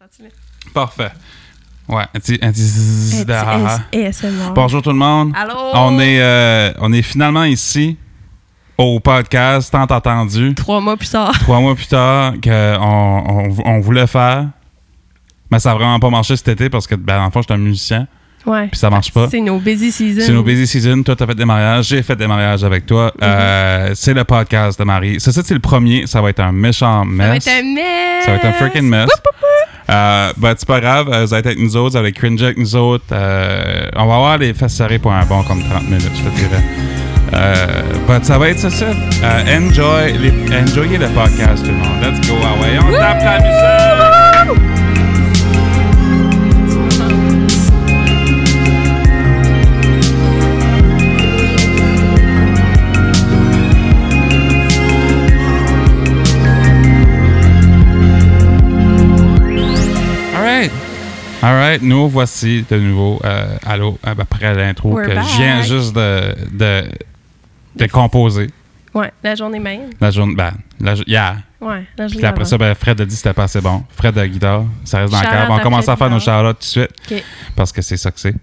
Continue. Parfait. Ouais. un petit- un petit zzzz de haha. ASMR. hein. Bonjour tout le monde. Allô? On est, euh, on est finalement ici au podcast Tant Entendu. Trois mois plus tard. Trois mois plus tard qu'on on, on voulait faire. Mais ça a vraiment pas marché cet été parce que, ben, dans le fond, j'étais un musicien. Ouais. Puis ça marche pas. C'est nos busy seasons. C'est nos busy season. Toi, t'as fait des mariages. J'ai fait des mariages avec toi. Mm-hmm. Euh, c'est le podcast de Marie. Ça, ça, c'est le premier. Ça va être un méchant mess. Ça va être un mess. Ça va être un freaking mess. Euh, ben, c'est pas grave. euh, Vous allez être avec nous autres. Vous allez cringer avec nous autres. Euh, on va avoir les fesses serrées pour un bon comme 30 minutes, je te dirais. Euh, ben, ça va être ça, ça. Euh, enjoy les- enjoyez le podcast, tout le monde. Let's go. Ah ouais, on tape la musique. All right. All right, nous voici de nouveau. Euh, allô, euh, après l'intro We're que back. je viens juste de, de, de composer. Ouais, la journée même. La journée, ben, la, jo- hier. Ouais, la journée Puis après ça, ben, Fred a dit que c'était pas assez bon. Fred de la guitare, ça reste dans le Shout-out cœur. On à commence à Fred faire nos Guitare. charlottes tout de suite. Ok. Parce que c'est ça que c'est.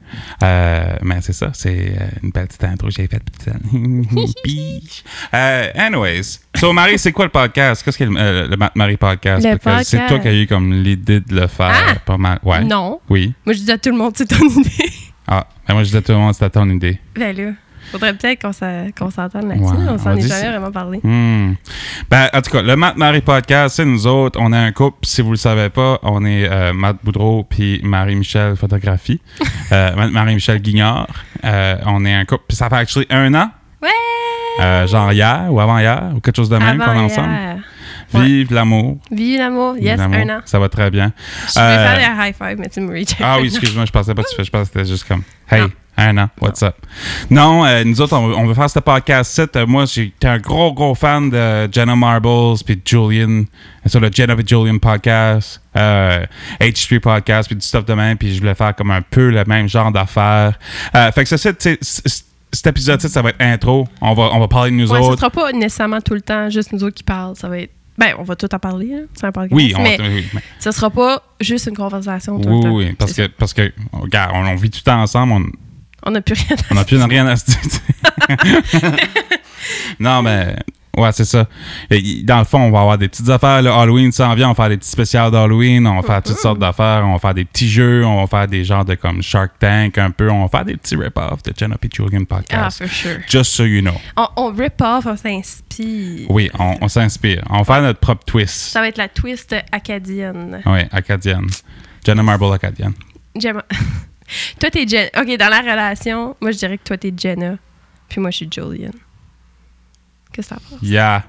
Euh, mais c'est ça, c'est euh, une belle petite intro que j'ai faite. petite. Biche. Euh, anyways, so Marie, c'est quoi le podcast? Qu'est-ce que le, euh, le Mat- Marie podcast? Le Parce que C'est podcast. toi qui as eu comme l'idée de le faire. Ah! Pas mal. Ouais. Non. Oui. Moi, je dis à tout le monde, c'est ton idée. Ah, ben moi je disais à tout le monde, c'était ton idée. Ben là, faudrait peut-être qu'on s'a- qu'on s'entende là-dessus. Ouais, on on s'en est dit jamais ça. vraiment parlé. Hmm. Ben, en tout cas, le Matt Marie Podcast, c'est nous autres. On est un couple. Si vous le savez pas, on est euh, Matt Boudreau puis Marie-Michel Photographie. Euh, Matt- Marie-Michel Guignard. Euh, on est un couple. Puis ça fait actually un an, Ouais! euh, genre hier ou avant-hier, ou quelque chose de même qu'on est Avant ensemble. hier. ouais. Vive l'amour. Vive l'amour. Vive Yes, l'amour. un an. Ça va très bien. Je Euh, vais faire des high five, mais tu me reach. Ah oui, excuse-moi, je pensais pas que tu fais. Je pensais que c'était juste comme Hey, Non. un an, what's up? Non, euh, nous autres, on, veut- on veut faire ce podcast-ci. Euh, Moi, j'étais un gros, gros fan de Jenna Marbles puis de Julian, euh, sur le Jenna et Julian podcast, euh, H3 podcast, puis du stuff de même, puis je voulais faire comme un peu le même genre d'affaires. Euh, fait que ça, c'est- c'est- c'est- cet épisode-ci, ça va être intro. On va, on va parler de nous Ouais, ce autres. sera pas nécessairement tout le temps juste nous autres qui parlent. Ça va être. Ben, on va tout en parler, là. C'est un podcast. Oui, on va- mais oui, mais- ce sera pas juste une conversation tout le oui, temps. oui, parce C'est que, parce que, regarde, on, on vit tout le temps ensemble, on, ça. On n'a plus rien On à n'a plus rien à se dire. tu sais. non, mais. Ouais, c'est ça. Et y- dans le fond, on va avoir des petites affaires. là. Halloween s'en vient, on va faire des petits spéciales d'Halloween, on va faire Mm-hmm. toutes sortes d'affaires, on va faire des petits jeux, on va faire des genres de comme Shark Tank un peu, on va faire des petits rip-offs de Jenna Pichurgan Ah, podcast. for sure. Just so you know. On, on rip off, on s'inspire. Oui, on, on s'inspire. On va faire notre propre twist. Ça va être la twist acadienne. Oui, acadienne. Jenna Marble acadienne. Gemma. toi, t'es Jenna. OK, dans la relation, moi, je dirais que toi, t'es Jenna. Puis moi, je suis Julian. Qu'est-ce que t'en penses? Yeah.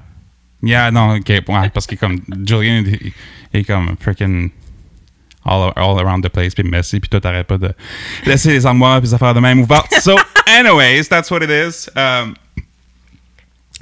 Yeah, non, ok. ouais, parce que comme Julian est, est comme freaking all, all around the place, puis messy, puis toi, t'arrêtes pas de laisser les armoires, puis les affaires de même ouvertes. So, anyways, that's what it is. Um,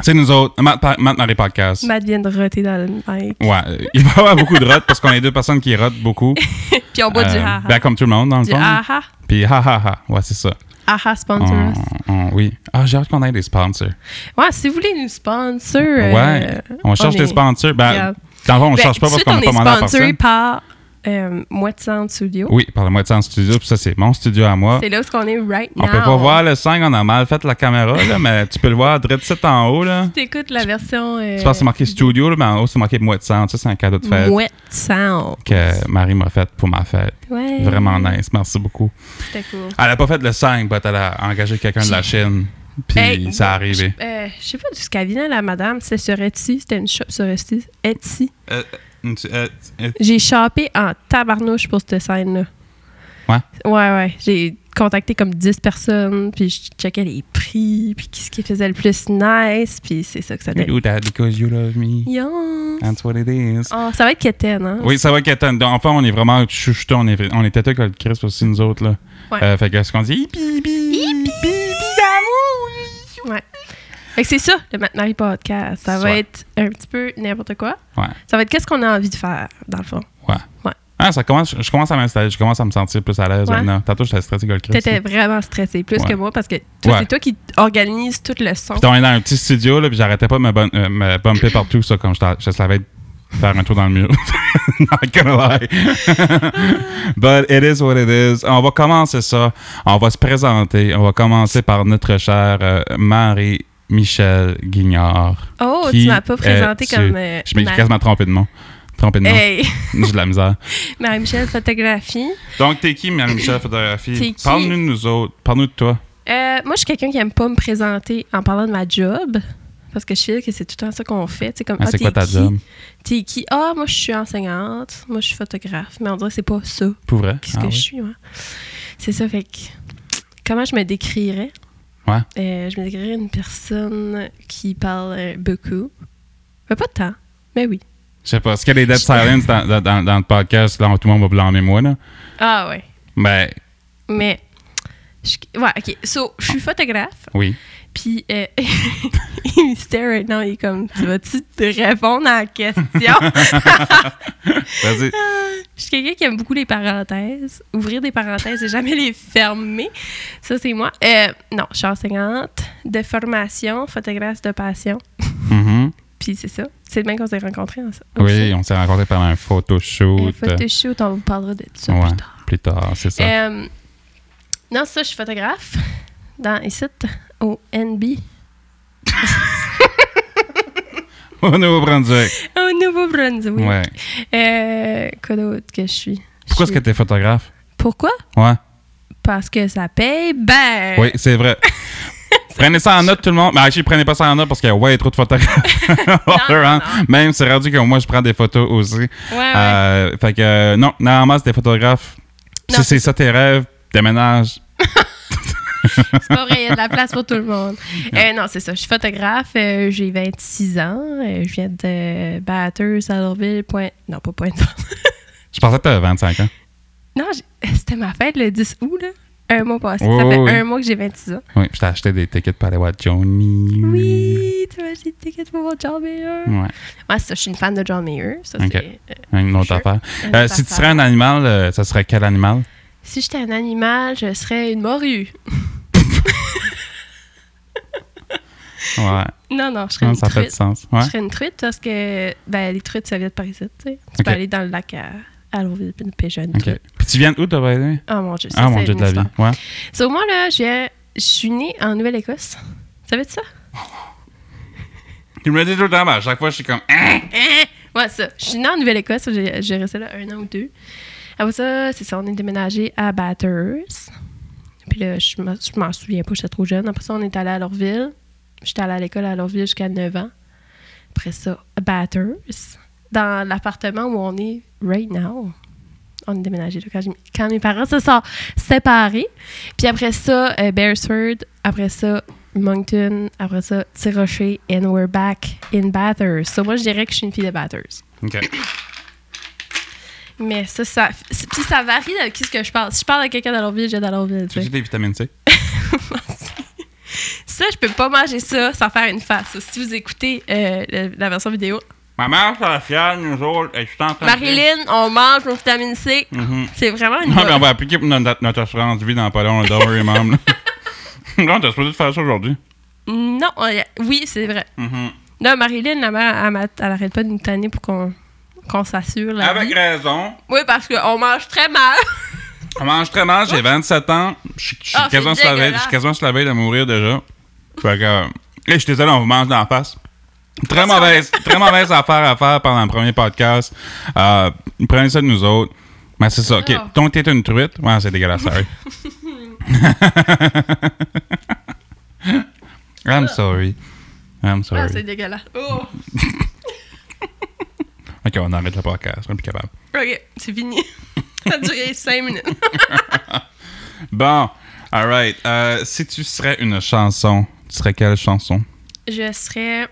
c'est nous autres, Matt, Pa- Matt dans les podcasts. Matt vient de roter dans le mic. Ouais, euh, il va y avoir beaucoup de rotes parce qu'on est deux personnes qui rotent beaucoup. Puis on boit du Euh, ha-ha. ben, comme tout le monde, dans le Du fond. ha-ha. Puis ha ha ha. Ouais, c'est ça. Ha-ha sponsor On- us. on- oui. Ah, j'ai hâte qu'on ait des sponsors. Ouais, si vous voulez nous sponsor. euh, ouais. On cherche des est- sponsors. Ben, Yeah. dans le fond, on Ben, cherche pas tout de parce qu'on n'a suite, pas on demandé à est sponsoré personne. par euh, Moi de Sound Studio. Oui, par la moitié en studio, puis ça, c'est mon studio à moi. C'est là où est-ce qu'on est right On now. peut pas voir le 5, on a mal fait la caméra, là, mais tu peux le voir direct ici en haut. Là. T'écoutes la version. Euh, Je pense que hein? c'est marqué studio, là, mais en haut, c'est marqué moitié en. Ça, c'est un cadeau de fête Moi de Sound. que Marie m'a fait pour ma fête. Ouais. Vraiment nice, merci beaucoup. C'était cool. Elle a pas fait le 5, mais elle a engagé quelqu'un de la Chine, puis Hey, ça a arrivé. Euh, je sais pas d'où ce qu'elle vient, la madame. C'était sur Etsy. C'était une shop sur Etsy. Etsy. Euh, euh, euh, J'ai chopé en tabarnouche pour cette scène-là. Ouais, ouais. J'ai contacté comme 10 personnes, puis je checkais les prix, puis qu'est-ce qui faisait le plus nice, puis c'est ça que ça You donne. do that because you love me. Yes. That's what it is. Oh, ça va être quétaine, hein? Oui, ça va qu'être un. Enfin, on est vraiment chuchotés, on est, on est têteux comme le Christ aussi, nous autres. Là. Ouais. Euh, fait que ce qu'on dit. Hippie, hippie, hippie, hippie, Ouais. Fait que c'est ça, le Matt Marie Podcast. Ça va Ouais. être un petit peu n'importe quoi. Ouais, Ça va être qu'est-ce qu'on a envie de faire, dans le fond. ouais. Ouais. Ah, ça commence, je commence à m'installer, je commence à me sentir plus à l'aise Ouais. maintenant. Tantôt, j'étais stressé comme le Christ. T'étais vraiment stressé, plus Ouais. que moi, parce que toi, Ouais. c'est toi qui organise tout le son. Puis on est dans un petit studio, là, puis j'arrêtais pas de me, bun- euh, me bumper partout, ça, comme je, t'en- je te l'avais faire un tour dans le mur. Not gonna lie. But it is what it is. On va commencer ça. On va se présenter. On va commencer par notre chère euh, Marie. Michel Guignard. Oh, qui, tu m'as pas présenté euh, comme. tu- euh, je m'ai ma- Euh. quasiment trompé de nom. Trompé de nom. Hey, J'ai de la misère. Marie-Michel Photographie. Donc, t'es qui, Marie-Michel Photographie? T'es qui? Parle-nous de nous autres. Parle-nous de toi. Euh, moi, je suis quelqu'un qui aime pas me présenter en parlant de ma job. Parce que je fais que c'est tout le temps ça qu'on fait. C'est comme, Ah, ah, c'est t'es quoi ta qui? job? T'es qui? Ah, moi, je suis enseignante. Moi, je suis photographe. Mais on dirait que c'est pas ça. Pour vrai? Qu'est-ce Ah que ouais. je suis, moi? C'est ça, fait que... Comment je me décrirais? Ouais. Euh, je me décrirais une personne qui parle euh, beaucoup. Mais pas tant. Mais oui. Je sais pas. Est-ce qu'il y a des dead Je- silence dans, dans- dans- dans le podcast? Là, tout le monde va blâmer moi, là. Ah, ouais. Ben, Mais... je- Ouais, OK. So, je suis photographe. oui. Puis, euh, il me stare right now. Il est comme, tu vas-tu te répondre à la question? Vas-y. Je suis quelqu'un qui aime beaucoup les parenthèses. Ouvrir des parenthèses et jamais les fermer. Ça, c'est moi. Euh, non, je suis enseignante de formation, photographe de passion. Mhm. Puis c'est ça. C'est le même qu'on s'est rencontrés. en ça. Oui, on s'est rencontrés pendant un Une photoshoot. Euh, photoshoot, on vous parlera de ça Ouais. plus tard. Plus tard, c'est ça. Euh, non, ça, je suis photographe. Dans, ici, au NB, Au Nouveau-Brunswick. au Nouveau-Brunswick. Ouais. Euh, quoi d'autre que je suis? Pourquoi Je est-ce que suis- t'es photographe? Pourquoi? Ouais. Parce que ça paye. Ben! Oui, c'est vrai. prenez ça en note, tout le monde. Mais actually, prenez pas ça en note parce qu'il y a ouais, trop de photographes. non, hein. non. Même, c'est rendu que moi, je prends des photos aussi. Ouais, Ah ouais. Euh, fait que, euh, non, normalement, c'est des photographes. Non, si c'est ça tes rêves, déménage. C'est pas vrai, il y a de la place pour tout le monde. Euh, non, c'est ça. Je suis photographe, euh, j'ai 26 ans, euh, je viens de Bathurst, Alorville, point... Non, pas point. Je pensais que t'avais 25 ans. Non, j'ai- c'était ma fête le 10 août, là. Un mois passé. Oui, ça oui, fait oui. un mois que j'ai 26 ans. Oui, puis je t'ai acheté des tickets pour aller voir Johnny. Oui, tu m'as acheté des tickets pour voir John Mayer. Ouais, Ouais, c'est ça, je suis une fan de John Mayer. Ça, Ok. c'est... euh, une autre Sure. affaire. une Euh, autre si tu affaire. serais un animal, euh, ça serait quel animal? Si j'étais un animal, je serais une morue. Ouais, Non, non, je serais non, une ça fait truite. du sens. Ouais. Je serais une truite parce que ben, les truites, ça vient de par ici, tu sais. Tu peux Ok. aller dans le lac à Alorville puis pêcher une OK. truite. Puis tu viens d'où, toi, by the way? Ah mon dieu, ça, Ah, c'est mon Dieu une de la vie. histoire. Ouais. So, moi, là, je viens- je suis née en Nouvelle-Écosse. Ça veut dire ça? Tu me dis tout le temps, mais à chaque fois, je suis comme. Ah! Hein? Ouais, ça. Je suis née en Nouvelle-Écosse. J'ai j'ai resté là un an ou deux. Après ça, c'est ça, on est déménagé à Bathurst. Puis là, je m'en- je m'en souviens pas, j'étais trop jeune. Après ça, on est allé à Lorville. J'étais allée à l'école à Lorville jusqu'à 9 ans. Après ça, à Bathurst. Dans l'appartement où on est right now. On est déménagé là, quand, j'ai- quand mes parents se sont séparés. Puis après ça, euh, Beresford. Après ça, Moncton. Après ça, Tirocher. And we're back in Bathurst. So moi, je dirais que je suis une fille de Bathurst. OK. Mais ça, ça, c'est- puis ça varie de qui ce que je parle. Si je parle à quelqu'un d'Alortville, j'ai d'Alortville. Tu tu veux sais. des vitamines C? Ça, je peux pas manger ça sans faire une face. Si vous écoutez euh, le- la version vidéo, Ma mère, ça la fière, nous autres. Et je suis en train Marilyn, on mange nos vitamine C. Mhm. C'est vraiment une Non, mais on bonne- va appliquer pour notre, notre assurance de vie dans pas long, don't worry, mom. là. Non, t'as supposé de faire ça aujourd'hui. Non, on- oui, c'est vrai. Mhm. Là, Marilyn, la mère, elle, m'a- elle arrête pas de nous tanner pour qu'on qu'on s'assure. la Avec vie. raison. Ben Oui, parce qu'on mange très mal. On mange très mal, j'ai 27 ans. Je suis je suis Ah, c'est quasiment sur la veille- je dégueulasse. suis quasiment sur la veille de mourir déjà. Fait que. euh, hey, je suis désolé, on vous mange dans la face. Très Attention. mauvaise, très mauvaise affaire à faire pendant le premier podcast. Euh, prenez ça de nous autres. Mais c'est ça. OK. Oh. Ton t'es une truite. Ouais, c'est dégueulasse, sorry. I'm sorry. I'm Ah, sorry. c'est dégueulasse. Oh. OK, on arrête le podcast. On est plus capable. OK, c'est fini. Ça a duré 5 minutes. Bon. All right. Euh, si tu serais une chanson, tu serais quelle chanson? Je serais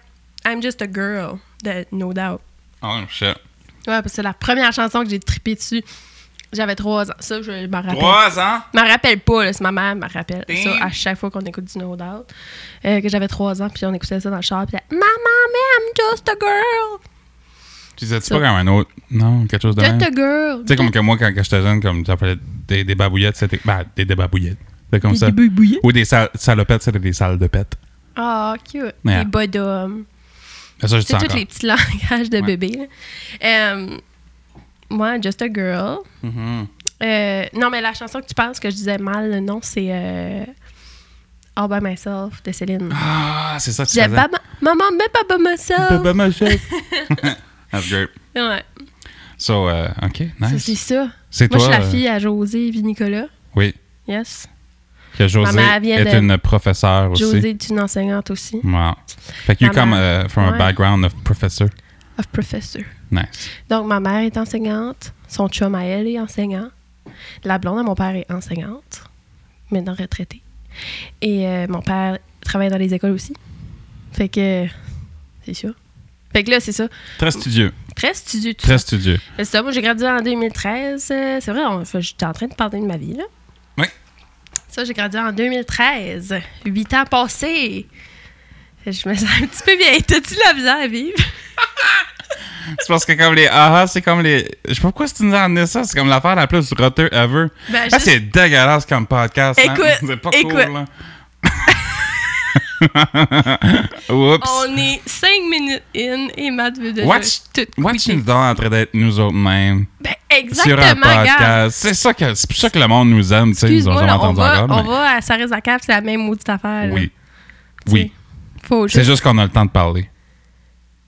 I'm Just a Girl de No Doubt. Oh, shit. Ouais, parce que c'est la première chanson que j'ai trippé dessus. J'avais 3 ans. Ça, je m'en rappelle. Trois hein? ans? Je m'en rappelle pas, là, c'est ma mère qui me rappelle ça Damn. à chaque fois qu'on écoute du No Doubt. Euh, que j'avais 3 ans, puis on écoutait ça dans le char, puis elle, Maman, mais I'm just a girl! Tu disais-tu Ça. pas comme un autre? Non, quelque chose de même? Just Tu a girl! sais, comme que moi, quand, quand j'étais jeune, comme j'appelais des, des babouillettes, c'était. Ben, des, des babouillettes. C'était comme Des- ça. des boubouillés. Ou des sal- salopettes, c'était des salles de pète. Ah, cute! Yeah. Des bas d'hommes. Mais ça, je dis C'est tous encore. les petits langages de Ouais. bébé. là. Euh, moi, Just a Girl. Mhm. Euh, non, mais la chanson que tu penses que je disais mal le nom, c'est euh, All by Myself de Céline. Ah, c'est ça que je tu disais faisais. Baba- Maman, mais pas by myself. Baba Machette. That's great. Ouais, So, euh, OK, ça, nice. c'est ça. C'est Moi, toi. je suis la euh, fille à José et Nicolas. Oui, Yes. que José mère vient est de- une professeure aussi. Mm. José est une enseignante aussi, Wow. Fait que you Ma come mère- uh, from a Ouais. background of professor. of professor. Nice. Donc, ma mère est enseignante, son chum à elle est enseignant, la blonde à mon père est enseignante, maintenant retraitée. Et euh, mon père travaille dans les écoles aussi. Fait que, c'est sûr. Fait que là, c'est ça. Très studieux. Très studieux, tout Très ça. studieux. Mais c'est ça, moi, j'ai gradué en 2013. euh, c'est vrai, on- fait- j'étais en train de parler de ma vie, là. Oui. Ça, j'ai gradué en 2013. Huit ans passés. Fait que Je me sens un petit peu vieille. T'as-tu de la misère à vivre? C'est parce que comme les aha, c'est comme les. Je sais pas pourquoi si tu nous as amené ça. C'est comme l'affaire la plus rotter ever. Ben, Ah, juste- c'est dégueulasse comme podcast. hein? Écoute, c'est pas écoute. cool. Là. Oups. On est cinq minutes in et Matt veut déjà Watch, tout watch quitter. nous dans en train d'être nous autres mêmes Ben, sur un exactement, gars. podcast. C'est ça que c'est pour ça que le monde nous aime, tu sais, ils nous ont Excuse-moi, jamais là, on, entendu va, euh, encore, on va à Sarah Zacap, c'est la même maudite affaire. là. mais oui, Tu oui. sais, Faut C'est juste... juste qu'on a le temps de parler.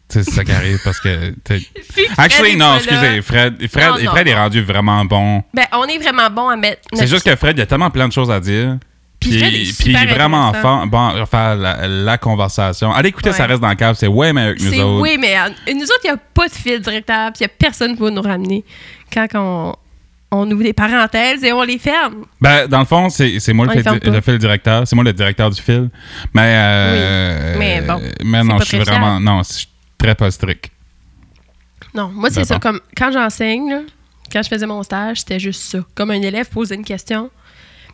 Tu sais, C'est ça qui arrive parce que. t'es- Puis Fred Actually, est non, pas là. excusez, Fred, Fred, Non, non, Fred est rendu vraiment bon. Ben, on est vraiment bon à mettre... C'est juste que Fred, il y a tellement plein de choses à dire. Puis Puis, Fred est puis il super est vraiment intéressant. fort, bon, faire la, la conversation. Allez écouter, Ouais. ça reste dans le câble, c'est way meilleur que nous C'est autres. oui, mais euh, nous autres, il n'y a pas de fil directeur, puis il n'y a personne pour nous ramener quand on, on ouvre des parenthèses et on les ferme. Ben, dans le fond, c'est c'est moi le On les fil, ferme pas. le fil directeur. C'est moi le directeur du fil. Mais, euh, Oui, mais bon, mais c'est non, pas je suis très fiable. vraiment. Non, je suis très pas strict. Non, moi, c'est Ben ça. bon. Comme, quand j'enseigne, là, quand je faisais mon stage, c'était juste ça. Comme un élève posait une question,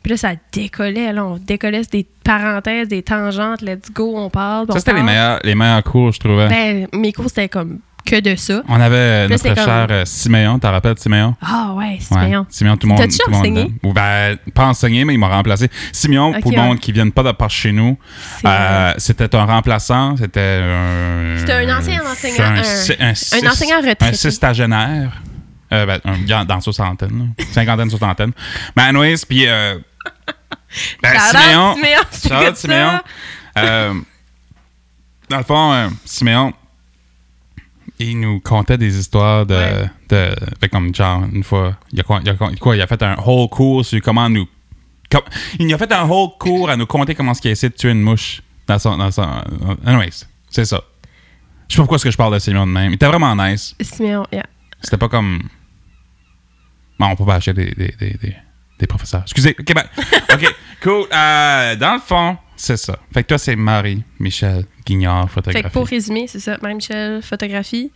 puis là, ça décollait. Là, on décollait sur des parenthèses, des tangentes, let's go, on parle. puis on ça, c'était les parle. meilleurs, les meilleurs cours, je trouvais. Ben, mes cours, c'était comme que de ça. On avait euh, Là, notre c'est comme- cher euh, Siméon, t'en rappelles, Siméon? Ah ouais, c'est Ouais, bien. Siméon, tout le monde. T'as-tu tout le monde enseigné? dedans. Ou ben, pas enseigné, mais il m'a remplacé. Siméon, Ok, pour le ouais. monde qui ne viennent pas de par chez nous, C'est, euh, c'était un remplaçant. C'était un. C'était un ancien enseignant, Un, un- si- un six- enseignant retraité. Un sextagénaire. Euh, ben, un gars dans soixantaine, là. cinquantaine, soixantaine. Mais, anyways, puis. euh, ben, Shout out, Siméon. Siméon, c'est Shout out, que ça. Siméon. Euh, dans le fond, euh, Siméon, il nous contait des histoires de. Ouais. de fait comme genre, une fois, il a, quoi, il a quoi- quoi, il a fait un whole cours sur comment nous. com- il a fait un whole cours à nous conter comment ce qu'il a essayé de tuer une mouche dans son. Dans son anyways, c'est ça. Je sais pas pourquoi est-ce que je parle de Siméon de même. Il était vraiment nice. Siméon, yeah. C'était pas comme. Bon, on peut pas acheter des, des, des, des, des professeurs. Excusez. OK, ben. OK, cool. Euh, dans le fond, c'est ça. Fait que toi, c'est Marie, Michel, Guignard, Fait que photographie. pour résumer, c'est ça. Marie-Michel, photographie.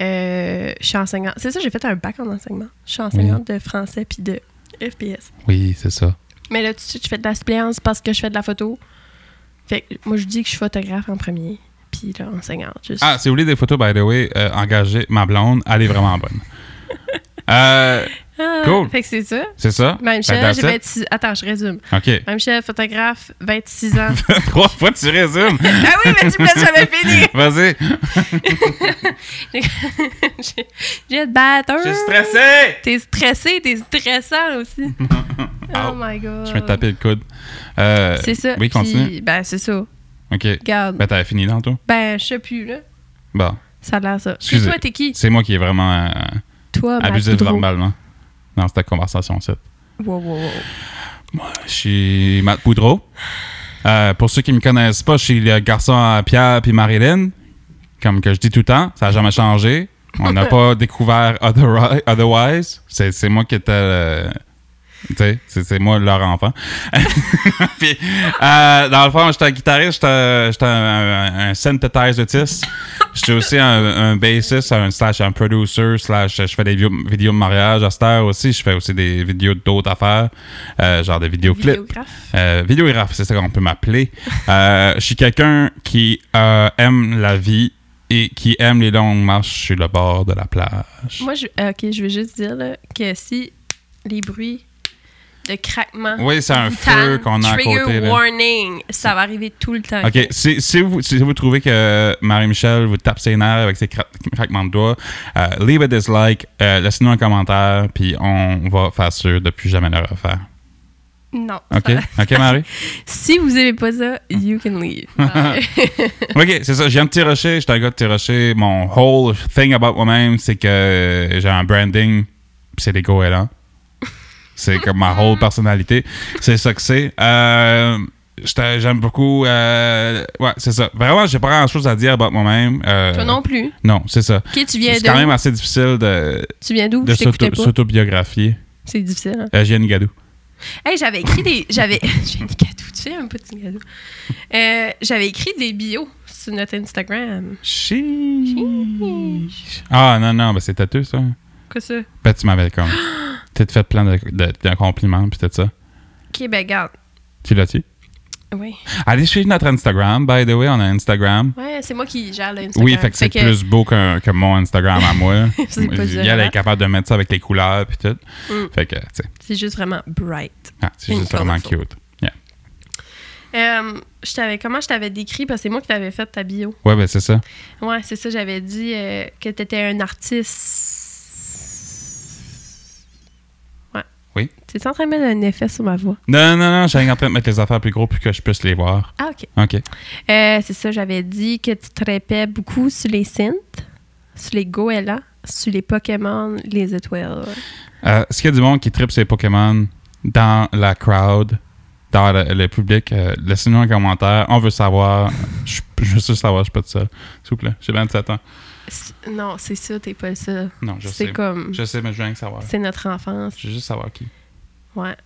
Euh, je suis enseignante. C'est ça, j'ai fait un bac en enseignement. Je suis enseignante de français puis de FPS. Oui, c'est ça. Mais là, tout de suite, je fais de la suppléance parce que je fais de la photo. Fait que moi, je dis que je suis photographe en premier, puis là, enseignante. Juste. Ah, si vous voulez des photos, by the way, euh, engagez ma blonde, elle est vraiment bonne. Euh, Ah, cool. Fait que c'est ça. c'est ça? Fait que Marie-Michel, that's j'ai it. 26... Attends, je résume. OK. Marie-Michel, photographe, 26 ans. Trois fois, tu résumes. ah oui, mais tu me laisses jamais finir. Vas-y. J'ai- j'ai de batteur. Je suis stressé. T'es stressé, t'es stressant aussi. oh Ow. my god. Je vais te taper le coude. Euh, C'est ça. Oui, continue. Puis, ben, c'est ça. OK. Regarde. Ben, Ben, t'avais fini tantôt? je sais plus, là. Bon. Ça a l'air ça. Puis Excusez. toi, t'es qui? C'est moi qui est vraiment euh, Toi, Matt abusif Boudreau. verbalement dans cette conversation-ci. Wow, wow, wow. Moi, je suis Matt Boudreau. Euh, pour ceux qui me connaissent pas, je suis le garçon à Pierre puis Marilyn. Comme que je dis tout le temps, ça n'a jamais changé. On n'a pas découvert otherri- otherwise. C'est c'est moi qui étais. le- tu sais, c'est c'est moi leur enfant. Puis, euh, dans le fond, j'étais un guitariste, j'étais j'étais un, un, un synthétiseur. J'étais aussi un, un bassiste, un slash un producer, slash je fais des vidéos, vidéos de mariage à cette heure aussi. Je fais aussi des vidéos d'autres affaires, euh, genre des vidéoclips. Vidéographe. Euh, vidéographe, c'est ça qu'on peut m'appeler. Euh, je suis quelqu'un qui euh, aime la vie et qui aime les longues marches sur le bord de la plage. Moi, je, euh, ok, je veux juste dire là, que si les bruits de craquement. Oui, c'est un feu Tan, qu'on a à Trigger côté. là. warning. Ça va arriver tout le temps. OK. Si, si vous, si vous trouvez que Marie-Michel vous tape ses nerfs avec ses cra- craquements de doigts, euh, leave a dislike, euh, laissez-nous un commentaire, puis on va faire sûr de plus jamais le refaire. Non. ça OK? va. OK, Marie? Si vous aimez pas ça, you can leave. Euh, OK, c'est ça. J'aime Petit Rocher. Je suis un gars de Petit Rocher. Mon whole thing about moi-même, c'est que j'ai un branding, pis c'est des goélands. C'est comme ma whole personnalité. C'est ça que c'est. Euh, j'étais- J'aime beaucoup. euh, ouais, c'est ça. Vraiment, j'ai pas grand chose à dire about moi-même. Euh, Toi non plus. Non, c'est ça. Ok, tu viens C'est quand même d'où? assez difficile de, Tu viens d'où? de Je t'écoutais s'auto- pas. s'autobiographier. C'est difficile. hein. Euh, Gianni Gadou. Hey, j'avais écrit des. J'avais. J'ai des cadeaux. Tu sais, un petit cadeau. Euh, j'avais écrit des bios sur notre Instagram. Sheesh. Ah, non, non, ben c'est têteux, ça. Quoi ça? Ben, tu m'avais comme. T'as fait plein de, de- de compliments, pis tout ça. Ok, ben garde. Tu l'as tu Oui. Allez suivre notre Instagram, by the way, on a Instagram. Ouais, c'est moi qui gère le Instagram. Oui, fait que c'est plus beau qu'un- que, mon Instagram à moi. là. C'est pas dur, Yel, elle hein? est capable de mettre ça avec les couleurs puis tout. Mm. Fait que, tu sais, C'est juste vraiment bright. ah, c'est Une juste vraiment colorful. cute. Yeah. Euh, je t'avais, comment je t'avais décrit? Parce que c'est moi qui t'avais fait ta bio. Ouais, ben c'est ça. Ouais, c'est ça, j'avais dit euh, que t'étais un artiste. Ouais. Oui. T'es en train de mettre un effet sur ma voix. Non, non, non, j'étais en train de mettre les affaires plus gros pour que je puisse les voir. Ah, OK. OK. Euh, c'est ça, j'avais dit que tu trépais beaucoup sur les synths, sur les goélands, sur les Pokémon, les étoiles. Euh, Est-ce qu'il y a du monde qui tripe ses Pokémon dans la crowd, dans le, le public? Euh, Laissez-nous un commentaire. On veut savoir. je, je veux juste savoir, je suis pas tout seul. S'il vous plaît, j'ai 27 ans. C'est- Non, c'est ça, t'es pas le seul. Non, je sais. C'est comme. Je sais, mais je veux rien que savoir. C'est notre enfance. Je veux juste savoir qui. Ouais.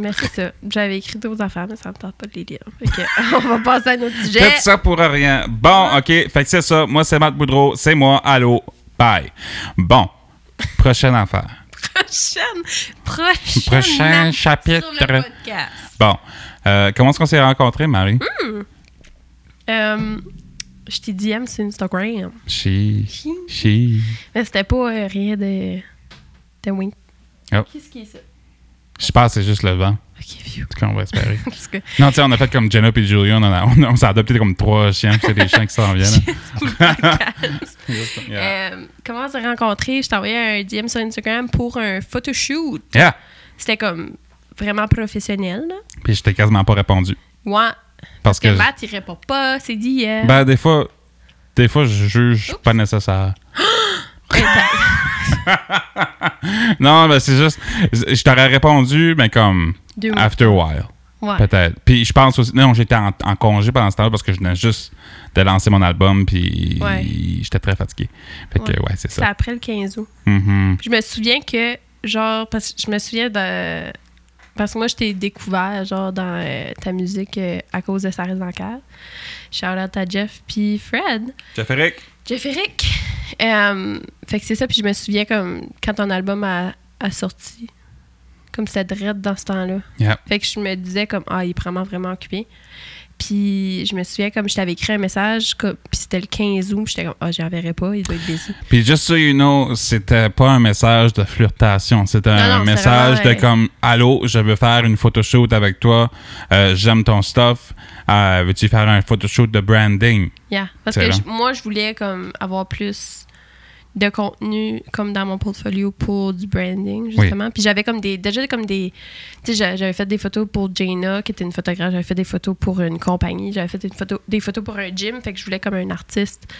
Mais c'est ça. J'avais écrit d'autres affaires, mais ça me tente pas de les lire. Fait que, on va passer à notre sujet. Faites ça pour rien. Bon, OK. Fait que c'est ça. Moi, c'est Matt Boudreau. C'est moi. Allô. Bye. Bon. Prochaine affaire. Prochaine. Prochaine. Prochain marche chapitre. Sur le podcast. Bon. Euh, comment est-ce qu'on s'est rencontrés, Marie? Hmm? Euh, je t'ai DM sur Instagram. She. She. Mais c'était pas euh, rien de. de wink. Oh. Qu'est-ce qui est ça? Je pense que c'est juste le vent. Ok, vieux. En tout cas, on va espérer. Parce que Non, tu sais, on a fait comme Jenna et Julia, on, en a- on, a- on s'est adopté comme trois chiens, puis c'est des chiens qui s'en viennent. j'ai tout le podcast. hein. Ben Yeah. Euh, comment on s'est rencontrés? Je t'envoyais un DM sur Instagram pour un photoshoot. Yeah. C'était comme vraiment professionnel. Là. Puis je t'ai quasiment pas répondu. Ouais. Parce que, Que Matt, il répond pas. C'est dit hier. ben, des fois, des fois, je juge pas nécessaire. Et t'as- Non, mais c'est juste, je je t'aurais répondu, mais comme, Deux mois. after a while, Ouais. Ah, peut-être. Puis je pense aussi, non, j'étais en, en congé pendant ce temps-là parce que je venais juste de lancer mon album, puis Ouais. j'étais très fatigué. Fait que, Ouais. ouais, c'est C'est ça. après le 15 août. Mhm. Puis Je me souviens que, genre, parce que je me souviens de. Parce que moi, je t'ai découvert, genre, dans euh, ta musique euh, à cause de Ça reste dans le cœur. Shout out à Jeff puis Fred. Jeff Eric. Jeff Eric. Euh, fait que c'est ça. Puis je me souviens, comme, quand ton album a, a sorti, comme c'était raide dans ce temps-là. Yeah. Fait que je me disais comme ah il est vraiment vraiment occupé. Puis je me souviens comme je t'avais écrit un message comme- puis c'était le 15 août, puis j'étais comme ah j'en verrai pas, il doit être busy. Puis juste so you know, c'était pas un message de flirtation, c'était Non, un non, c'était message vraiment, de euh, comme allô, je veux faire une photoshoot avec toi, Euh, j'aime ton stuff, Euh, veux-tu faire un photoshoot de branding Yeah. Parce C'est que long. je- moi je voulais comme avoir plus de contenu comme dans mon portfolio pour du branding justement. Puis j'avais comme des déjà comme des tu sais j'a- j'avais fait des photos pour Jaina qui était une photographe, j'avais fait des photos pour une compagnie, j'avais fait une photo, des photos pour un gym, fait que je voulais comme un artiste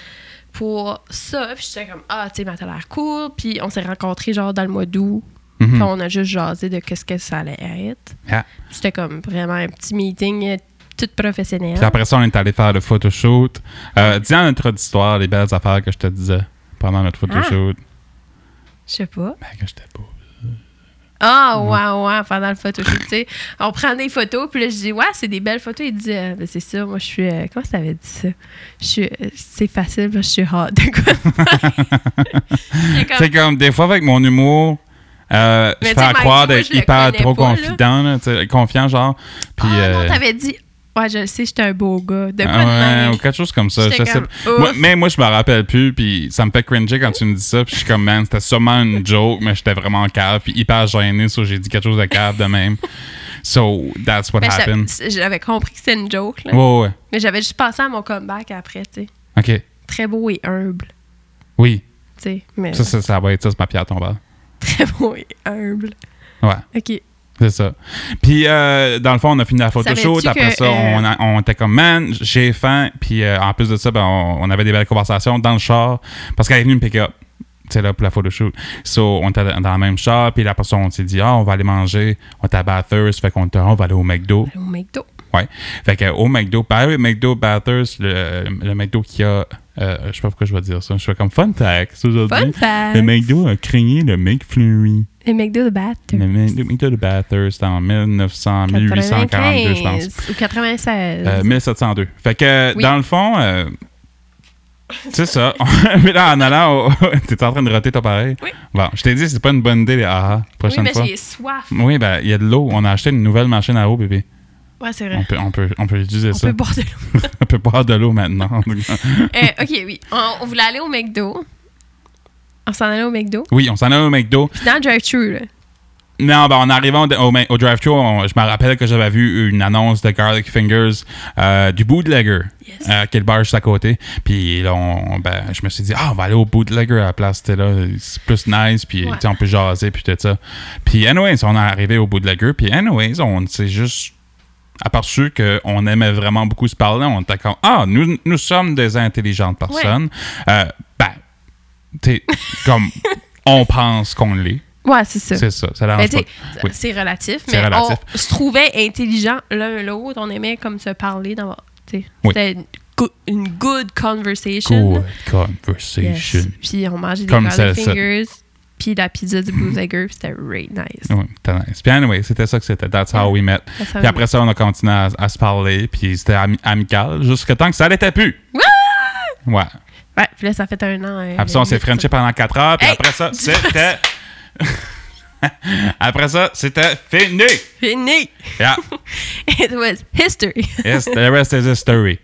pour ça. Puis j'étais comme ah tu sais mais t'as l'air cool. Puis on s'est rencontrés genre dans le mois d'août. Mhm. Ah. Puis on a juste jasé de qu'est-ce que ça allait être. Yeah. C'était comme vraiment un petit meeting euh, tout professionnel. Puis après ça, on est allé faire le photoshoot. Euh, dis à notre histoire les belles affaires que je te disais pendant notre photoshoot. Ah. Je sais pas. Ben, que j'étais beau. Ah, ouais, ouais, pendant le photoshoot, tu sais. On prend des photos, puis là, je dis, ouais, c'est des belles photos. Il dit, Ah, ben, c'est ça, moi, je suis. euh, comment ça avait dit ça? Je suis. euh, c'est facile, moi, je suis hot. De quoi? J'étais comme- Ah, C'est comme des fois avec mon humour, euh, je Mais fais tu sais, à Mike, croire moi, d'être je le hyper connais trop pas, là. confident, là, tu sais, confiant genre. Puis ah, euh, non, t'avais dit. Ouais, je le sais, j'étais un beau gars. De quoi de Ah même. ouais, ou quelque chose comme ça. J'étais je sais comme, pas. Moi- ouf. mais moi, je me rappelle plus, puis ça me fait cringer quand tu me dis ça, puis je suis comme, man, c'était sûrement une joke, mais j'étais vraiment cave, puis hyper gêné, so j'ai dit quelque chose de cave de même. So, that's what Mais j'a- happened. j'avais compris que c'était une joke, là. Ouais, ouais, ouais. Mais j'avais juste pensé à mon comeback après, tu sais. OK. Très beau et humble, Oui. tu sais. Mais Ça, ça, ça va être ça, c'est ma pierre tombale. très beau et humble. Ouais, OK. c'est ça. Puis, euh, dans le fond, on a fini la photo Savais-tu shoot. Après que, ça, euh, on, a- on était comme, man, j'ai faim. Puis, euh, en plus de ça, ben, on, on avait des belles conversations dans le char parce qu'elle est venue me pick up. C'est là pour la photo shoot. So, on était dans dans le même char. Puis, la personne, on s'est dit, ah, on va aller manger. On était à Bathurst. Fait qu'on était, Ah, on va aller au McDo. Allô, McDo. Ouais. Fait que, au McDo, pareil, McDo Bathurst, le, le McDo qui a. euh, je sais pas pourquoi je vais dire ça. Je fais comme fun tax Fun aujourd'hui. fact. Le McDo a créé le McFlurry. Le McDo de Bathurst. Le Ma- le McDo de Bathurst en 1900, 1842, je pense. 95 Ou 96. Euh, 1702. Fait que, Oui. dans le fond, euh, c'est ça. Mais là, en allant, au... t'es en train de roter ton pareil. Oui. Bon, je t'ai dit, c'est pas une bonne idée, les aha, oui, prochaine mais fois. j'ai soif. Oui, ben, il y a de l'eau. On a acheté une nouvelle machine à eau, bébé. Ouais, c'est On vrai. peut, on peut, on peut utiliser On ça. peut boire de l'eau. on peut boire de l'eau maintenant. Euh, ok, oui. On, on voulait aller au McDo. On s'en allait au McDo. oui, on s'en allait au McDo. Puis dans le drive-thru, là. Non, ben, en arrivant au, au- au drive-thru, on- je me rappelle que j'avais vu une annonce de Garlic Fingers euh, du bootlegger. Yes. euh, qui est le bar juste à côté. Puis là, on- ben, je me suis dit, ah, on va aller au bootlegger à la place, tu sais, là, c'est plus nice, puis Ouais. tu sais, on peut jaser, puis tout ça. Puis, anyways, on est arrivé au bootlegger, puis, anyways, on s'est juste aperçu qu'on aimait vraiment beaucoup se parler. On était comme, ah, nous, nous sommes des intelligentes personnes. Euh, ben, tu sais, comme, on pense qu'on l'est. Ouais, c'est ça. C'est ça, ça Ben, l'arrange tu sais, pas. Oui. C'est relatif, C'est mais relatif. on se trouvait intelligents l'un l'autre. On aimait comme se parler. dans tu sais, Oui. C'était une, go- une good conversation. Good Yes. conversation. Puis on mangeait des Comme garlic celle-ci. fingers, puis la pizza du Blue Tiger, puis c'était really nice. Ouais, c'était nice. Puis anyway, c'était ça que c'était. That's how we met. That's how Puis we après ça, on a continué à, à se parler, puis c'était ami- amical, jusqu'à temps que ça l'était plus. Ouais! Ouais. Ouais, puis là, ça fait un an. euh, Après Ah, ça, on s'est friendship pendant 4 heures, puis Hey! après ça, Dis pas c'était... après ça, c'était fini! Fini! Yeah. It was history. Yes, the rest is history.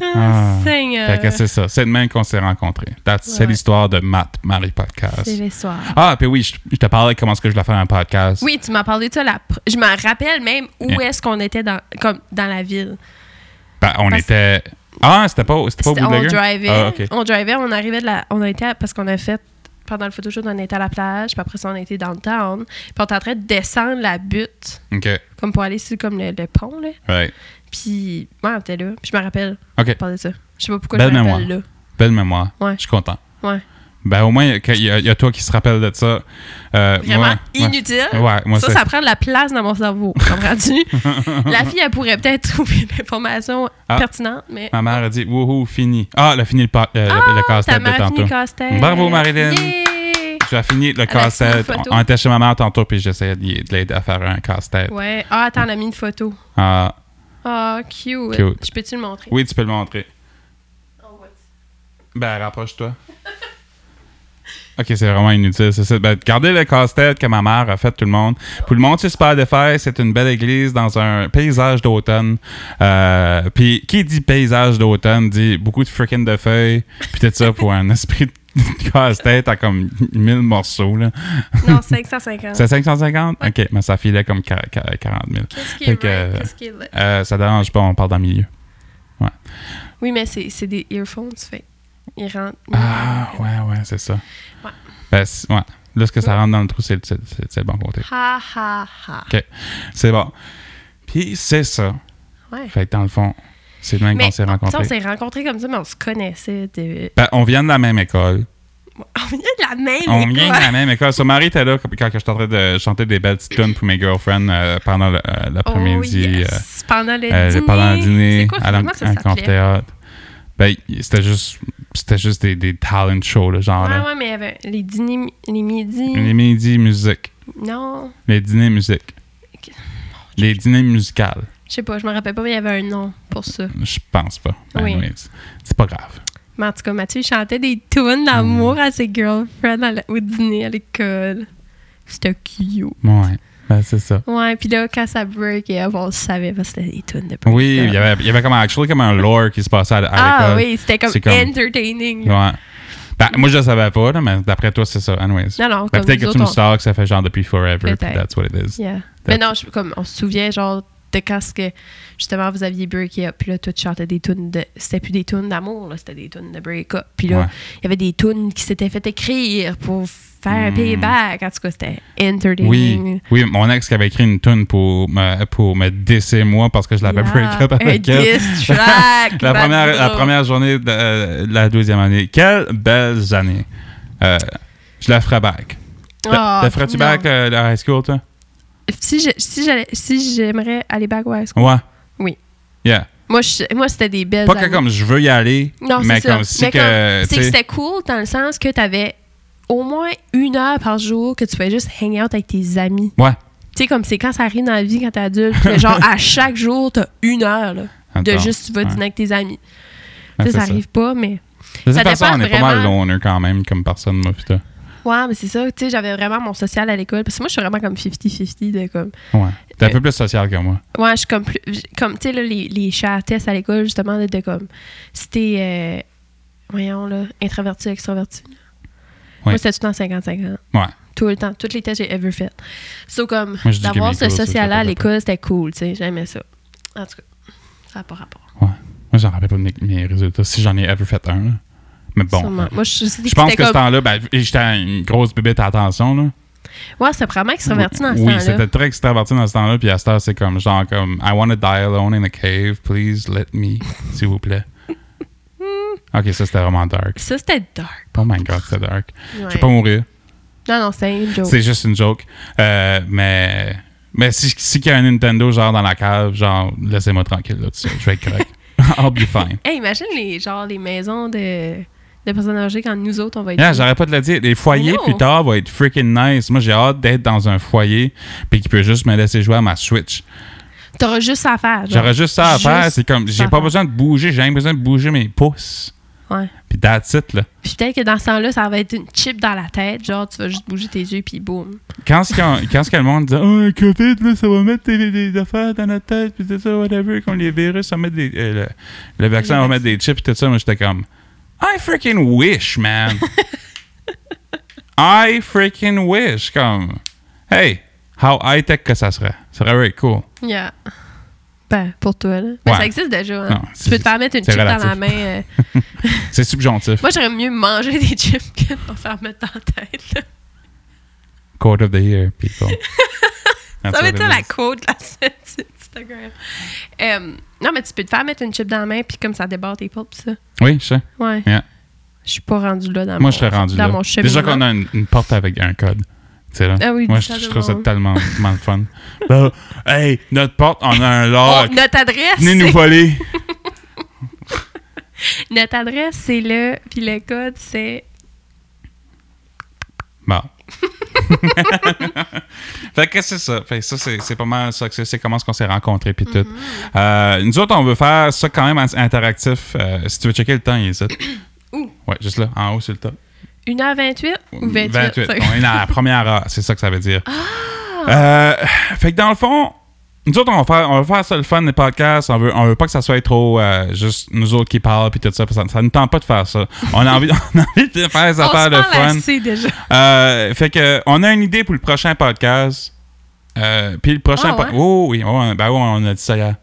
Ah, Seigneur. Fait que c'est ça. C'est de même qu'on s'est rencontrés. That's- C'est Ouais. l'histoire de Matt, Marie Podcast. C'est l'histoire. Ah, puis oui, je, je te parlais comment est-ce que je voulais faire un podcast. Oui, tu m'as parlé de ça. La... pr- Je me rappelle même où Yeah. est-ce qu'on était dans, comme, dans la ville. Ben, on Parce- était... Ah, c'était pas, c'était pas au C'était- on Bootlegger? drivait, Ah, ok. on drivait, on arrivait de la, on a été à- parce qu'on a fait pendant le photoshoot, on était à la plage, puis après ça on était downtown, puis on était en train de descendre la butte, OK. comme pour aller sur comme le, le pont là. Right. Puis ouais, on était là. Puis je me rappelle, OK. on parlait de ça. Je sais pas pourquoi Belle je me rappelle là. Belle mémoire. Ouais. Je suis content. Ouais. Ben, au moins, il y, a- il y a toi qui se rappelle de ça. Euh, Vraiment moi- ouais. inutile. Ouais, moi, ça, c'est- ça prend de la place dans mon cerveau, comprends-tu? la fille, elle pourrait peut-être trouver l'information Ah. pertinente, mais... Ma mère a dit Wouhou, fini. Ah, elle a fini le, pa- euh, le- le Ah, Ta casse-tête de mère a fini tantôt. le casse-tête. Bravo, Marilyn. Yay! Tu as fini le fini casse-tête. une photo. On, on était chez ma mère tantôt, puis j'essayais de de l'aider à faire un casse-tête. Ouais. Ah, attends, on a mis une photo. Ah, Ah, cute. Cute. Je peux-tu le montrer? oui, tu peux le montrer. Ben, rapproche-toi. OK, c'est vraiment inutile. c'est ça. Ben, gardez le casse-tête que ma mère a fait, tout le monde. Pour le monde, c'est super de faire. C'est une belle église dans un paysage d'automne. Euh, Puis, qui dit paysage d'automne dit beaucoup de freaking de feuilles. Puis, tout ça pour un esprit de casse-tête à comme 1000 morceaux. là. Non, 550. C'est 550? OK, mais ça filait comme qua- qua- 40 000. Qu'est-ce qui Fait est que, vrai? euh, Qu'est-ce qui est laid? Euh, ça dérange pas, on parle dans le milieu. Oui, mais c'est c'est des earphones, fait. Ils rentrent. Ah, ouais, ouais, c'est ça. Ouais. Ben, c'est- ouais. Lorsque ça rentre dans le trou, c'est le- c'est c'est- c'est le bon côté. Ha, ha, ha. OK. C'est bon. Puis c'est ça. Ouais. Fait que dans le fond, c'est le même Mais qu'on s'est tu sais, on rencontrés. s'est rencontrés comme ça, mais on se connaissait. de- Ben, on vient de la même école. On vient de la même On école. vient de la même école. Son mari était là quand quand j'étais en train de chanter des belles petites tunes pour mes girlfriends euh, pendant le- euh, Oh, l'après-midi. euh, yes. Pendant le Euh, dîner. pendant le C'est dîner, quoi, à l'en- comment ça un s'appelait? amphithéâtre. Ben, y- c'était juste, c'était juste des, des talent shows, là, Ouais, genre. là. ouais, mais il y avait les dîners, mi- les midis. Les midis musique. Non, Les dîners musique. Ok. Les dîners musicales. je sais pas, je me rappelle pas, mais il y avait un nom pour ça. Je pense pas. Oui. Anyways, c'est pas grave. Mais en tout cas, Hmm. Mathieu il chantait des tunes d'amour à ses girlfriends à la- au dîner à l'école. C'était cute. Ouais. Ben, c'est ça. Ouais, puis là, quand ça break up, on le savait parce que c'était des tunes de break Oui, il y avait, il y avait comme, actually, comme un lore qui se passait à, à Euh, Ah l'école. oui, c'était comme, C'est comme- entertaining. Ouais. Ben, moi, je le savais pas, là, mais d'après toi, c'est ça. Anyways. Non, non, Ben, comme peut-être nous que tu me autres, stalks, ça fait genre depuis forever. puis Peut-être. That's what it is. on- Yeah. Mais non, je- comme, on se souvient, genre, de quand ce que, justement, vous aviez break up, puis là, toi, tu chantais des tunes de... C'était plus des tunes d'amour, là, c'était des tunes de break up. Puis là, il Ouais. y avait des tunes qui s'étaient fait écrire pour faire un Mm. payback. En tout cas, c'était entertaining. Oui, oui, mon ex qui avait écrit une tune pour me, pour me disser moi parce que je l'avais Yeah. break up avec Ah, Un elle. diss track, la, bad première, la bro. première journée de, euh, de la deuxième année. Quelles belles années. Euh, je la ferai back. Ah, la la ferais-tu non. back euh, la high school, toi? Si je- si j'allais- si j'aimerais aller back, ouais, Ouais. Oui. Yeah. Moi, je- moi c'était des belles Pas que années. comme je veux y aller, Non, mais c'est ça. comme si Mais que. comme- c'est tu que sais, c'était cool dans le sens que tu avais au moins une heure par jour que tu pouvais juste hang out avec tes amis. Ouais. Tu sais, comme c'est quand ça arrive dans la vie, quand t'es adulte, que genre à chaque jour, t'as une heure là, de attends, juste tu vas ouais. dîner avec tes amis. ouais, Tu sais, c'est ça arrive pas, mais. De toute Ça façon, on dépend est pas mal vraiment. loner quand même comme personne, moi, putain. Ouais, mais c'est ça. Tu sais, j'avais vraiment mon social à l'école. Parce que moi, je suis vraiment comme 50-50 de comme. Ouais. T'es un Euh, peu plus social que moi. Ouais, je suis comme plus. j- Comme, tu sais, là, les, les chats tests à l'école, justement, de, de comme. Si t'es. euh, voyons, là, introverti, extroverti. Moi, c'était tout le temps 50-50. Ouais. Tout le temps. Toutes les tests que j'ai ever fait. So, comme, Moi, je dis d'avoir que mes ce cours, c'est social-là à ça, l'école, c'était cool, tu sais. J'aimais ça. En tout cas, ça n'a pas rapport. Moi, j'en rappelle pas de mes, mes résultats si j'en ai ever fait un. là. Mais bon. euh, Sûrement. Moi, je, Je pense que ce comme... temps-là, ben, j'étais une grosse bébête à attention. Là. Ouais, c'était vraiment extraverti dans ce oui, temps-là. c'était très extraverti dans ce temps-là. Puis à cette heure, c'est comme genre comme I want to die alone in a cave, please let me, s'il vous plaît. ok, ça c'était vraiment dark. Ça, c'était dark. Oh my god, c'était dark. Ouais. Je vais pas mourir. Non, non, c'était une joke. C'est juste une joke. Euh, mais mais si, si qu'il y a un Nintendo genre dans la cave, genre laissez-moi tranquille là, tu sais, je vais être correct. I'll be fine. Hey, imagine les, genre, les maisons de, de personnes âgées quand nous autres, on va être. Yeah, j'arrête pas de le dire. Les foyers Non. plus tard vont être freaking nice. Moi, j'ai hâte d'être dans un foyer puis qui peut juste me laisser jouer à ma Switch. T'auras juste ça à faire. genre. J'aurais juste ça à Juste faire. C'est comme, j'ai ça à pas faire. besoin de bouger, j'ai rien besoin de bouger mes pouces. Ouais. Puis that's it, là. Puis peut-être que dans ce temps-là, ça va être une chip dans la tête. Genre, tu vas juste bouger tes yeux, puis boum. Quand, ce qu'on- quand ce que le monde dit, oh, COVID, là, ça va mettre des, des affaires dans notre tête, puis tout ça, whatever, comme les virus, ça met des. euh, le, le vaccin Les va mettre des chips, puis tout ça, moi, j'étais comme, I freaking wish, man. I freaking wish. Comme, hey, how high-tech que ça serait. Ça serait really cool. Yeah. Ben, pour toi, là. Mais Ouais. ça existe déjà. hein. Non, tu peux te faire mettre une c'est chip dans la relatif. main. euh. C'est subjonctif. Moi, j'aurais mieux manger des chips que de m'en faire mettre dans la tête. là. Court of the year, people. That's Ça va what être it ça, la is. côte de la scène Instagram. Euh, non, mais tu peux te faire mettre une chip dans la main, puis comme ça déborde tes potes, pis ça. Oui, je sais. Ouais. Yeah. Je suis pas rendu là dans Moi, mon- je serais rendu dans là. mon Déjà cheminement. qu'on a une, une porte avec un code. Tu sais, là. Ah oui, Moi, dis je, ça je de trouve ça moi. tellement, tellement fun. Là, hey, notre porte, on a un lock. Oh, notre adresse. Ah, Venez nous c'est- voler. Notre adresse, c'est le. Puis le code, c'est. Bon. fait que c'est ça. Fait que ça, c'est c'est pas mal ça. que C'est c'est comment est-ce qu'on s'est rencontrés puis tout. Mm-hmm. Euh, nous autres, on veut faire ça quand même assez interactif. Euh, si tu veux checker le temps, il est ici. Où? Ouais, juste là, en haut sur le top. 1h28 ou 28? On est dans la première heure, c'est ça que ça veut Ah! dire. Euh, fait que dans le fond, nous autres, on va faire, on va faire ça le fun des podcasts. On veut, on veut pas que ça soit trop euh, juste nous autres qui parlent puis tout ça. parce que Ça, ça nous tente pas de faire ça. On a envie, on a envie de faire des On affaires se de parle fun. assez déjà. Euh, fait que on a une idée pour le prochain podcast. Euh, puis le prochain Ah ouais? Ah, po- oh, oui, oh, ben oui, on a dit ça hier.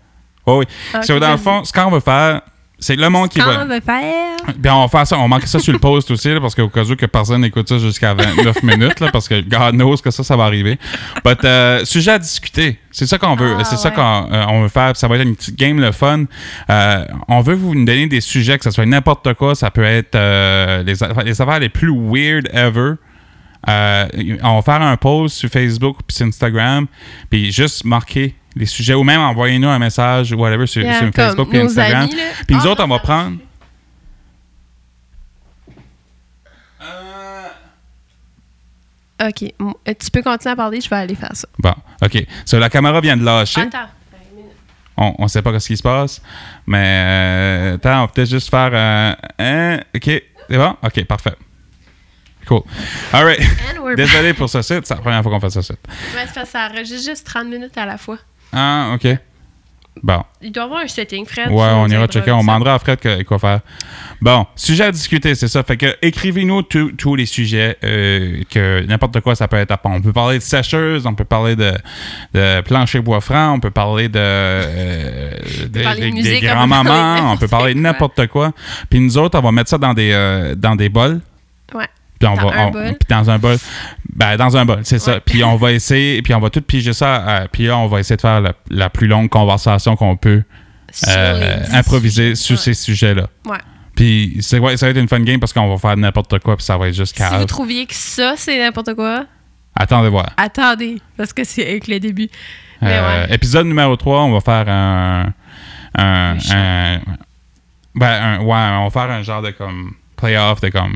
Oh, oui. Ok, So, dans le vas-y. fond, ce qu'on veut faire, c'est le monde qui Quand va. on veut faire. Bien, on va faire ça, on manque ça sur le post aussi, là, parce qu'au cas où que personne n'écoute ça jusqu'à 29 minutes, là, parce que God knows que ça, ça va arriver. But, euh, sujet à discuter. C'est ça qu'on veut. Ah, c'est ça ouais. qu'on euh, on veut faire. Ça va être une petite game, le fun. Euh, on veut vous nous donner des sujets, que ce soit n'importe quoi. Ça peut être euh, les, affaires, les affaires les plus weird ever. Euh, on va faire un post sur Facebook puis sur Instagram, puis juste marquer les sujets, ou même envoyer-nous un message, ou whatever, sur, Yeah, sur comme Facebook puis nos Instagram. amis, là. Puis nous Ah, autres, on non, va ça prendre. OK. m- euh, Tu peux continuer à parler, je vais aller faire ça. Bon, OK. So, la caméra vient de lâcher. Attends. On ne sait pas ce qui se passe. Mais euh, attends, on va peut-être juste faire euh, un. OK. C'est bon? OK, parfait. Cool. All right. And we're back. Désolé pour ce site. C'est la première fois qu'on fait ce site. Ouais, c'est parce que ça enregistre juste 30 minutes à la fois. Ah, OK. Bon. Il doit y avoir un setting, Fred. Ouais, on ira checker. On demandera à Fred que- quoi faire. Bon, sujet à discuter, c'est ça. Fait que écrivez-nous tous tous les sujets, euh, que n'importe quoi ça peut être à part. On peut parler de sécheuse, on peut parler de, de plancher bois franc, on peut parler de, euh, des- parler de des- musique, des on peut parler grands-mamans, de on peut parler de n'importe quoi. Puis nous autres, on va mettre ça dans des, euh, dans des bols. Ouais. Puis on Dans va un on- bol. puis dans un bol. Ben, dans un bol, c'est ça. Ouais. Puis on va essayer, puis on va tout piger ça. euh, puis là, on va essayer de faire la, la plus longue conversation qu'on peut euh, improviser sur ces sujets-là. Ouais. Puis c'est ouais, ça va être une fun game parce qu'on va faire n'importe quoi puis ça va être juste Si vous calme. trouviez que ça, c'est n'importe quoi, Attendez voir. attendez, parce que c'est avec le début. Mais Euh, Ben ouais. Épisode numéro 3, on va faire un un, Un show. un- ben un- ouais, on va faire un genre de comme playoff de comme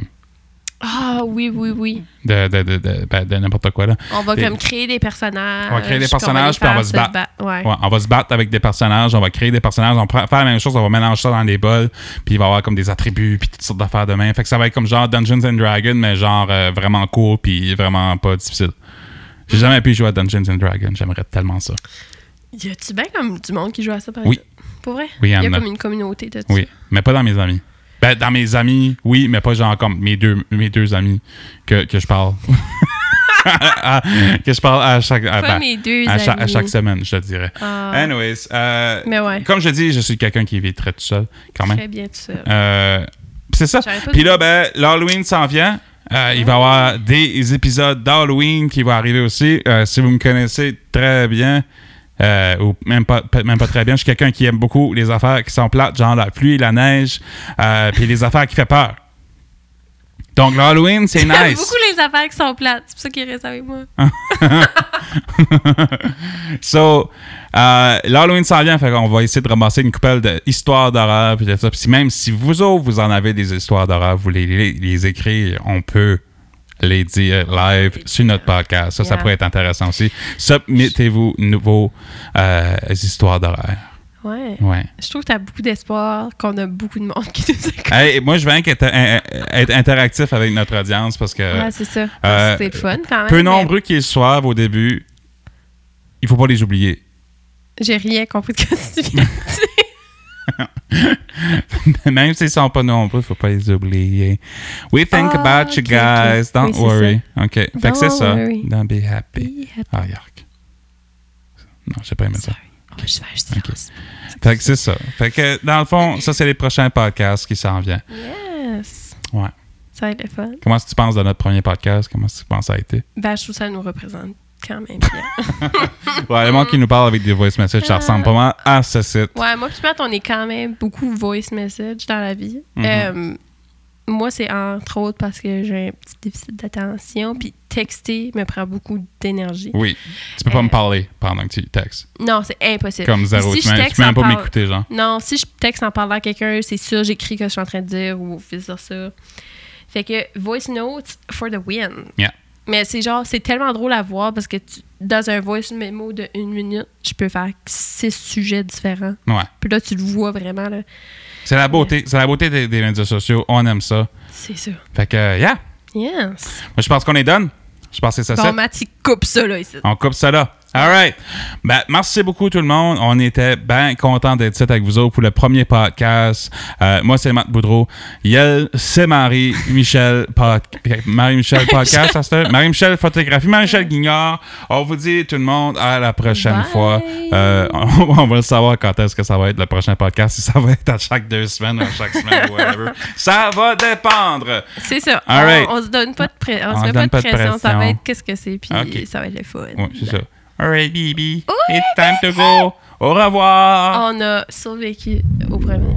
Ah oui, oui, oui. de de, de, de- ben, de n'importe quoi là. On va Des- comme créer des personnages. On va créer des les personnages, puis on va se battre. Ouais. Ouais, on va se battre avec des personnages, on va créer des personnages, on va faire la même chose, on va mélanger ça dans des bols, puis il va y avoir comme des attributs, puis toutes sortes d'affaires de main. Fait que ça va être comme genre Dungeons and Dragons, mais genre euh, vraiment court, puis vraiment pas difficile. J'ai jamais pu jouer à Dungeons and Dragons, j'aimerais tellement ça. Y a-tu bien comme du monde qui joue à ça, par Oui. exemple? Pour vrai? Oui, il y Il y a en a. comme une communauté de Oui, mais pas dans mes amis. Ben, dans mes amis, oui, mais pas genre comme mes deux, mes deux amis que, que je parle. Ah, que je parle à chaque, à, ça. Pas ben, mes deux à chaque, à amis. chaque semaine, je te dirais. Ah, Anyways, euh, mais ouais, comme je dis, je suis quelqu'un qui vit très tout seul, quand même. très bien tout seul. Euh, c'est ça. J'aurais pas Puis dit- là, ben, l'Halloween s'en vient. Euh, Il va y avoir des épisodes d'Halloween qui vont arriver aussi. Euh, si vous me connaissez très bien, euh, ou même pas, peut-être même pas très bien, je suis quelqu'un qui aime beaucoup les affaires qui sont plates, genre la pluie, la neige, euh, puis les affaires qui fait peur. Donc, l'Halloween, c'est J'aime nice. beaucoup les affaires qui sont plates. C'est pour ça qu'il reste avec moi. So, euh, l'Halloween s'en vient, fait qu'on va essayer de ramasser une couple d'histoires d'horreur. Puis de ça. Puis si- même si vous autres, vous en avez des histoires d'horreur, vous voulez les, les écrire, on peut les dire live sur notre podcast. Ça, ça Yeah. pourrait être intéressant aussi. Submettez-vous nouveaux euh, histoires d'horreur. Ouais. Ouais. Je trouve que t'as beaucoup d'espoir, qu'on a beaucoup de monde qui nous écoute. Hey, moi, je veux être, euh, être interactif avec notre audience parce que Ouais, c'est ça. euh, c'est le fun quand même. peu mais nombreux qu'ils soient au début, il faut pas les oublier. J'ai rien compris de ce que tu viens de dire. Même s'ils sont pas nombreux, faut pas les oublier. We think Ah, about you ok, ok. guys. Don't Oui, c'est worry. OK. Fait que Don't c'est ça. worry. Don't be happy. Ah, yark. Non, j'ai pas aimé ça. Sorry. On va juste faire un silence. Fait que c'est ça. Fait que dans le fond, ça, c'est les prochains podcasts qui s'en viennent. Yes. Ouais. Ça va être le fun. Comment est-ce que tu penses de notre premier podcast? Comment est-ce que tu penses que ça a été? Ben, je trouve que ça nous représente quand même bien. Ouais, le monde qui nous parle avec des voice messages, ça Ah. ressemble pas mal à ce site. ouais, moi, puis Matt, on est quand même beaucoup voice message dans la vie. Mhm. Euh, moi, c'est entre autres parce que j'ai un petit déficit d'attention, puis texter me prend beaucoup d'énergie. Oui. Tu peux pas Euh. me parler pendant que tu textes. Non, c'est impossible. Comme zéro. si tu je peux même- tu texte peux même en pas parle- m'écouter, genre. Non, si je texte en parlant à quelqu'un, c'est sûr, j'écris que je suis en train de dire ou vice ça. Fait que voice notes for the win. Yeah. Mais c'est genre, c'est tellement drôle à voir parce que tu- dans un voice memo de une minute, je peux faire six sujets différents. Ouais. Puis là, tu le vois vraiment, là. C'est la beauté. C'est la beauté des, des médias sociaux. On aime ça. C'est ça. Fait que, yeah. Yes. Moi, je pense qu'on est done. Je pense que c'est ça. Bon, c'est. Matt, il coupe ça, là, ici. On coupe ça là. All right. Ben, merci beaucoup tout le monde. On était bien content d'être ici avec vous autres pour le premier podcast. Euh, moi, c'est Matt Boudreau. Yel, c'est Marie-Michel pod- Marie-Michel Podcast. à cette heure. Marie-Michel Photographie, Marie-Michel Guignard. On vous dit tout le monde à la prochaine Bye. fois. Euh, on, on va le savoir quand est-ce que ça va être le prochain podcast. Si ça va être à chaque deux semaines, à chaque semaine, whatever. Ça va dépendre. C'est ça. All on, right. on se donne pas de, pré- on On se se met donne pas pas de de pression. Ça va pression. Ah, être qu'est-ce que c'est, puis Ok. ça va être le fun. Oui, c'est ça. All right, baby. Ouais, It's time to go. Au revoir. On a survécu au premier.